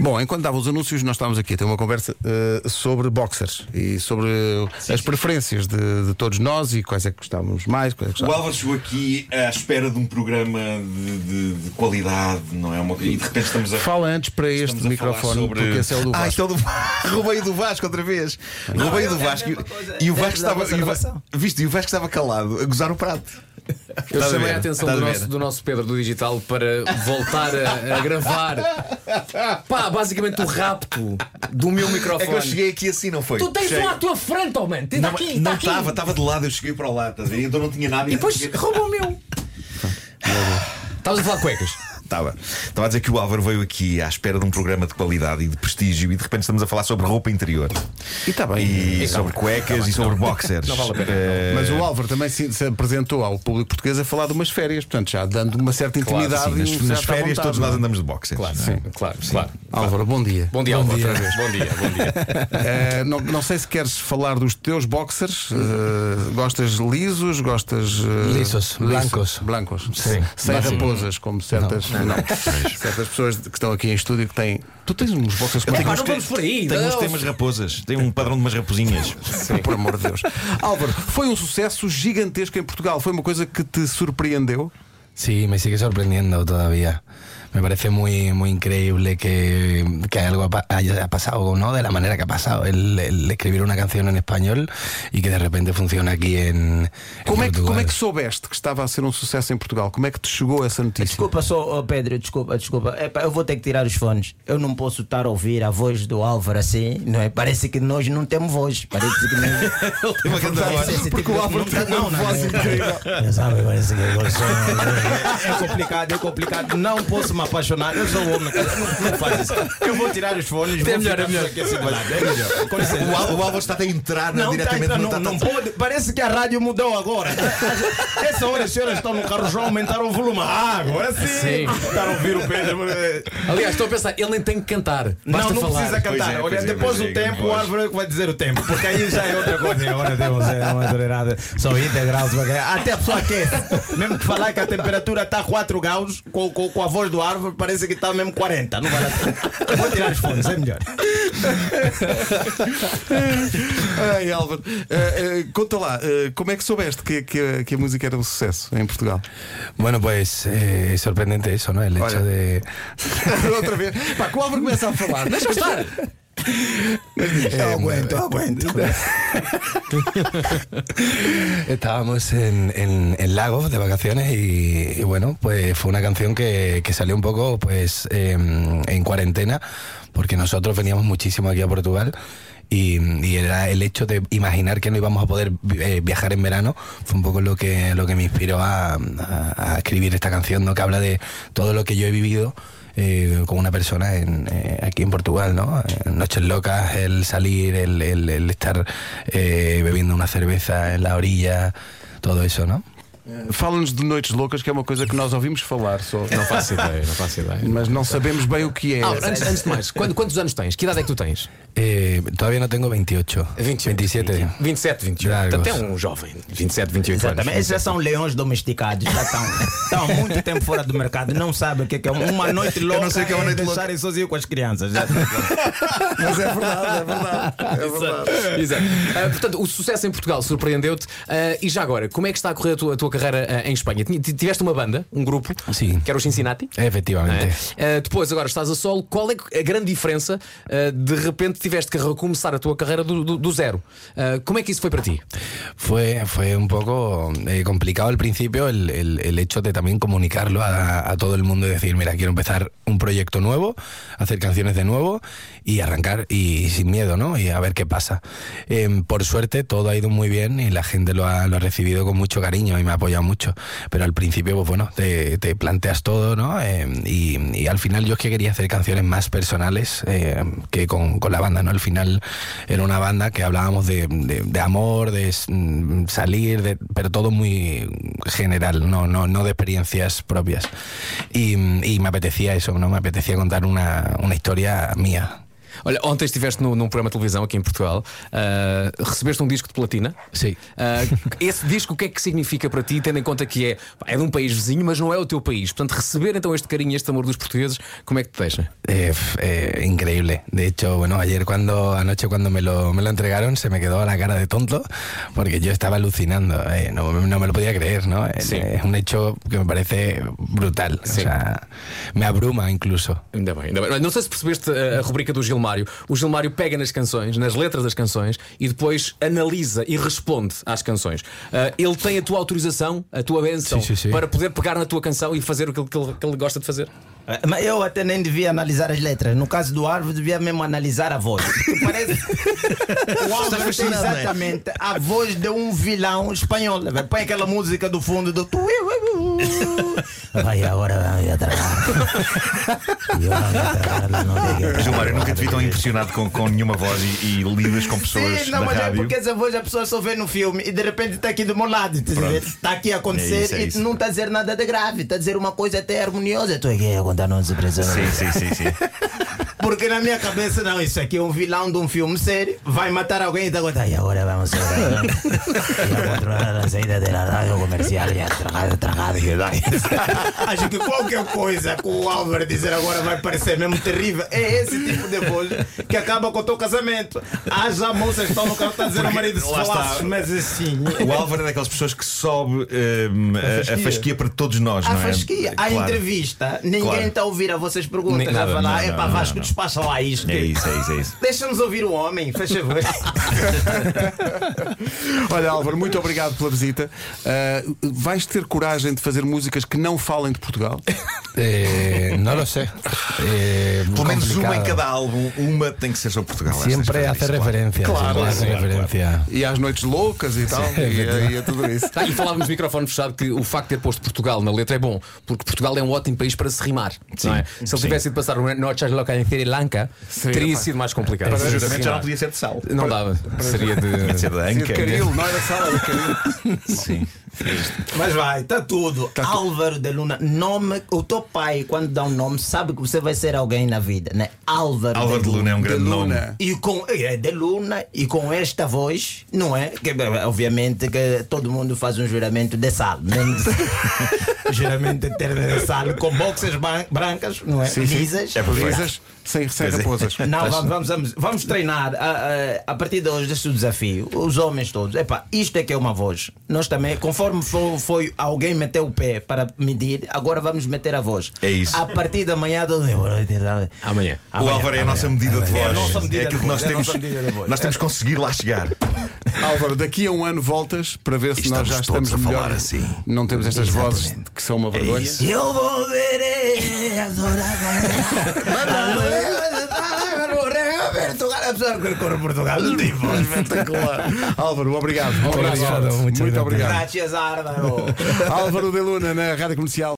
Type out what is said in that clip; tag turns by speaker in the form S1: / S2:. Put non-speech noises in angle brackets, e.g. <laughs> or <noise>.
S1: Bom, enquanto dava os anúncios, nós estávamos aqui a ter uma conversa eh, sobre boxers e sobre eh, as preferências de, de todos nós e quais é que gostávamos mais, quais é que
S2: O
S1: gostávamos.
S2: Álvaro chegou aqui à espera de um programa de, de- de qualidade, não é? Uma... coisa- E de repente estamos a.
S1: Fala antes para este
S2: Estamos a falar
S1: microfone,
S2: sobre-
S1: porque esse é o do
S3: Ah,
S1: Vasco.
S3: isto é o do <laughs> Roubei o do Vasco outra vez.
S4: é
S3: Roubei o do Vasco. E- E o Vasco estava. e o Va- Viste, e o Vasco estava calado a gozar o prato.
S4: Eu
S3: Estás a
S4: chamei
S3: ver?
S4: a atenção
S3: Estás
S4: do
S3: a ver?
S4: nosso, do nosso Pedro do Digital para voltar a, a
S3: <laughs>
S4: gravar. Pá, basicamente o rapto do meu microfone.
S3: É que eu cheguei aqui assim, não foi?
S4: Tu tens
S3: Cheguei-
S4: um à tua frente, homem! Tens
S2: Não,
S4: aqui,
S2: não
S4: tá aqui.
S2: estava, estava de lado, eu cheguei para o lado, estás a ver? Então não tinha nada
S4: E depois roubou o meu! Estavas a falar de cuecas.
S2: Estava. Estava a dizer que o Álvaro veio aqui à espera de um programa de qualidade e de prestígio e de repente estamos a falar sobre roupa interior.
S1: E está bem.
S2: E
S1: E tá
S2: sobre
S1: bem.
S2: cuecas e sobre boxers. Eh, Não vale a pena.
S1: então, Mas o Álvaro também se, se apresentou ao público português a falar de umas férias, portanto, já dando uma certa intimidade.
S2: Sim,
S1: e
S2: nas,
S1: um
S2: nas
S1: certo à
S2: férias
S1: vontade,
S2: todos
S1: não é?
S2: nós andamos de boxers.
S4: Claro,
S2: não é?
S4: claro, claro.
S1: Álvaro, bom dia.
S4: Bom dia, Alba, outra vez. Bom dia, bom dia.
S1: Eh, não, não sei se queres falar dos teus boxers. eh, gostas lisos? Gostas. eh,
S5: Lisos, blancos.
S1: Blancos.
S5: Sim.
S1: Sem raposas, como certas. Não, certas pessoas que estão aqui em estúdio que têm. Tu tens uns boxers com
S2: Tem
S4: Epá,
S1: <laughs>
S2: uns
S4: não
S2: que-
S4: vamos por aí,
S2: Tem uns
S4: não.
S2: temas raposas. Tem um padrão de umas raposinhas.
S1: Por amor de Deus. Álvaro, foi um sucesso gigantesco em Portugal. Foi uma coisa que te surpreendeu.
S5: Sí, me sigue sorprendiendo todavía. Me parece muy, muy increíble que, que algo ha pa- haya pasado, ¿no? De la manera que ha pasado. El, el escribir una canción en español y que de repente funciona aquí en, en
S1: Como é, que,
S5: Portugal.
S1: como é que soubeste que estava a ser um sucesso em Portugal? Como é que te chegou essa notícia?
S6: Desculpa só, oh Pedro, desculpa, desculpa. Epá, eu vou ter que tirar os fones. Eu não posso estar a ouvir a voz do Álvaro assim, não é? Parece que nós não temos voz. Parece <laughs> que nós...
S2: Tem uma grande voz.
S6: Parece esse tipo de- não, não, não. Eu sabe, parece que eu sou- É complicado, é complicado. Não posso me apaixonar. Eu sou homem. cara. Não, não faz isso. Eu vou tirar os fones. vou
S4: melhor, é
S6: ficar
S4: melhor.
S6: aqui assim, colado. É melhor. Com licença.
S3: O Al- o Álvaro está a entrar na-
S6: Não, tá,
S3: diretamente
S6: tá,
S3: no
S6: não, não pode. Parece que a rádio mudou agora. Essa hora as senhoras estão no carro já aumentaram o volume. Ah, agora
S4: Sim.
S6: sim. Estão a ouvir o Pedro. eh,
S4: Aliás, estou a pensar, ele nem tem que cantar.
S6: Não,
S4: Basta
S6: não
S4: falar.
S6: precisa cantar.
S2: Pois é,
S6: Olha,
S2: pois é,
S6: depois
S2: pois é,
S6: do tempo,
S2: não
S6: o
S2: pode.
S6: Álvaro é que vai dizer o tempo, porque aí já é outra coisa. Agora de você não vai dizer nada. São 20 graus. vai ganhar. Até a pessoa aquece. Mesmo que falar que a temperatura está 4 graus, com, com, com a voz do Álvaro, parece que está mesmo 40. Não vale a pena. Vou tirar os fones, é melhor.
S4: Tá
S1: Ai, Álvaro, eh, eh, conta lá, eh, como é que soubeste que, que a- que a música era um sucesso em Portugal?
S5: Bueno, pues eh, sorprendente eso, ¿no? El hecho
S1: Vaya.
S5: de.
S1: <laughs> Outra vez. Pá, que o Álvaro começa a falar.
S4: Deixa eu estar!
S6: é,
S5: Eh,
S6: aguento.
S5: Estábamos en, en, en Lagos de vacaciones y, y bueno, pues fue una canción que, que salió un poco pues eh, en cuarentena porque nosotros veníamos muchísimo aquí a Portugal y, y era el hecho de imaginar que no íbamos a poder vi- eh, viajar en verano fue un poco lo que, lo que me inspiró a, a- a escribir esta canción, ¿no? que habla de todo lo que yo he vivido eh, con una persona en, eh, aquí en Portugal, ¿no? Eh, Noches locas, el salir, el, el- el estar eh, bebiendo una cerveza en la orilla, todo eso, ¿no?
S1: Fala-nos de Noites Loucas, que é uma coisa que nós ouvimos falar só,
S4: Não faço ideia, não faço ideia.
S1: <laughs> mas não sabemos bem o que é.
S4: Álvaro, antes, antes de mais, quando- quantos anos tens? Que idade é que tu tens?
S5: Eh, todavía no tengo 28,
S4: 28,
S5: 27.
S4: 27, 28.
S5: Dragos.
S4: Até um jovem, 27, 28
S6: Exatamente.
S4: anos.
S6: Esses já são leões domesticados. Já estão, estão há muito tempo fora do mercado. Não sabem o que é que é uma noite louca.
S3: não sei o que é uma noite louca.
S6: Deixarem sozinho com as crianças. Já-
S1: Mas é verdade, é verdade. É verdade.
S4: <laughs> Exato. Ah, portanto, o sucesso em Portugal surpreendeu-te. Ah, e já agora, como é que está a correr a tua, a tua carreira ah, em Espanha? Tinha- ti- Tiveste uma banda, um grupo,
S5: Sim.
S4: que era o Cincinnati. não é?
S5: Efectivamente.
S4: Ah, depois, agora estás a solo. Qual é que- a grande diferença? ah, de repente tiveste que recomeçar a tua carreira do, do- do zero. Ah, como é que isso foi para ti?
S5: Fue, fue un poco eh, complicado al principio el, el- el hecho de también comunicarlo a, a todo el mundo y decir, mira, quiero empezar un proyecto nuevo, hacer canciones de nuevo y arrancar y, sin miedo, ¿no? Y a ver qué pasa. Em, por suerte todo ha ido muy bien y la gente lo ha, lo ha recibido con mucho cariño y me ha apoyado mucho. Pero al principio, pues bueno, te, te planteas todo, ¿no? Em, y, y al final yo es que quería hacer canciones más personales eh, que con, con la banda, ¿no? Al final era una banda que hablábamos de, de- de amor, de s- mm, salir, de- pero todo muy general, no, no, no de experiencias propias. Y, y me apetecía eso, ¿no? Me apetecía contar una, una historia mía.
S4: Olha, ontem estiveste no, num programa de televisão aqui em Portugal, ah, recebeste um disco de platina.
S5: Sim.
S4: Ah, esse disco, o que é que significa para ti, tendo em conta que é, é de um país vizinho, mas não é o teu país? Portanto, receber então este carinho, este amor dos portugueses, como é que te deixa?
S5: Eh, f- eh, increíble. De hecho, bueno, ayer cuando, anoche cuando me lo, me lo entregaron, se me quedó la cara de tonto, porque yo estaba alucinando. eh, no, no me lo podía creer, ¿no? Eh,
S4: Sí.
S5: Es un hecho que me parece brutal. O sea, me abruma incluso.
S4: Ainda bem, ainda bem. Olha, Não sei se percebeste eh, a rubrica do Gilmário. O Gilmário pega nas canções, nas letras das canções e depois analisa e responde às canções. Ah, ele tem a tua autorização, a tua benção,
S5: Sim, sim, sim.
S4: para poder pegar na tua canção e fazer aquilo que ele, que ele gosta de fazer.
S6: É, Mas eu até nem devia analisar as letras. No caso do Álvaro, devia mesmo analisar a <laughs> voz. Porque Tipo, Parece. o Álvaro tem
S3: fascinado, não é?
S6: exatamente a voz de um vilão espanhol. Vai, Põe aquela música do fundo do. tu- Vai, agora vai atrás. E eu vou atrás, não diga.
S2: Gilmário, eu nunca te vi tão impressionado com, com nenhuma voz e, e lidas com pessoas
S6: Sim,
S2: da
S6: não, mas é
S2: rádio.
S6: porque essa voz a pessoa só vê no filme e de repente está aqui do meu lado. Está aqui a acontecer
S2: É isso, é
S6: e
S2: isso.
S6: não está a dizer nada de grave, está a dizer uma coisa até harmoniosa. Estou aqui a é contar não se pressiona.
S2: Sim, sim, sim, sim.
S6: Porque na minha cabeça, não, isso aqui é um vilão de um filme sério, vai matar alguém e está a contar. E agora vamos agora, vamos. E a controlar a saída da rádio comercial e a tragada, tragada e dá. Acho que qualquer coisa que o Álvaro dizer agora vai parecer mesmo terrível. É esse tipo de voz que acaba com o teu casamento. Haja moças que estão no carro, está a dizer ao marido se
S2: Lá está.
S6: falasses, mas assim.
S2: O Álvaro é daquelas pessoas que sobe hum, a, a
S6: fasquia.
S2: fasquia para todos nós,
S6: A
S2: não é?
S6: fasquia, a
S2: Claro.
S6: entrevista, ninguém
S2: Claro.
S6: está a ouvir a vossas perguntas.
S4: Nem
S6: a
S4: nada,
S6: falar,
S2: não,
S6: é
S2: não,
S6: para
S2: não,
S6: Vasco,
S2: não.
S6: despacha lá isto.
S2: É isso, é isso, é isso.
S6: Deixa-nos ouvir o homem, faz
S2: <laughs>
S6: favor.
S1: Olha, Álvaro, muito obrigado pela visita. Ah, vais ter coragem de fazer músicas que não falem de Portugal?
S5: Eh, no lo sé. Eh,
S2: Pelo menos uma em
S5: complicado.
S2: cada álbum, uma tem que ser sobre Portugal.
S5: Siempre hace referencia. siempre hace referencia.
S1: E às noites loucas e tal? e, a- e a tudo <laughs> isso.
S4: Ah, e falávamos de microfone fechado que o facto de ter posto Portugal na letra é bom, porque Portugal é um ótimo país para se rimar. não é? Se ele tivesse ido passar o Norte Loca em Sri Lanka, teria sido mais complicado.
S2: O
S4: Se
S2: juramento já não
S4: rimar.
S2: podia ser de sal.
S4: Não dava, seria de.
S2: Podia ser de
S1: E de
S2: anca.
S1: Caril, não era sala de Caril.
S2: Sim.
S6: Mas vai, está tudo.
S2: Tá
S6: Álvaro de Luna, nome, o teu pai, quando dá um nome, sabe que você vai ser alguém na vida, né? Álvaro,
S2: Álvaro de Luna é um grande nome.
S1: Luna.
S6: E com é de Luna e com esta voz, não é? Que, bem, obviamente que todo mundo faz um juramento de sal,
S2: <laughs>
S6: menos juramento eterno de sal, com boxes ban- brancas, não é? Lisas.
S2: É perfeito.
S1: Lisas, sem, sem
S2: Pois é.
S1: raposas.
S6: Não, vamos, vamos, vamos, vamos treinar a, a, a partir de hoje deste desafio. Os homens todos, epá, isto é que é uma voz. Nós também, conforme foi, foi alguém meteu o pé para medir, agora vamos meter a voz.
S2: É isso.
S6: A partir da manhã do.
S4: Amanhã.
S2: O Álvaro é a nossa medida de
S6: É a nossa
S2: voz.
S6: medida
S2: É aquilo que
S6: de
S2: nós
S6: voz, é a
S2: temos.
S6: nossa medida de voz.
S2: Nós temos que conseguir lá chegar.
S1: Álvaro, daqui a um ano voltas para ver se nós
S2: Estamos
S1: já
S2: todos
S1: estamos
S2: a falar
S1: melhor.
S2: assim.
S1: Não temos estas vozes que são uma vergonha.
S6: Eu volverei a adorar. Corre Portugal,
S1: Espetacular. Álvaro, obrigado. Um abraço.
S5: Obrigado, muito
S1: Muito
S5: obrigado.
S1: obrigado.
S6: Graças, Álvaro.
S1: Álvaro de Luna na Rádio Comercial.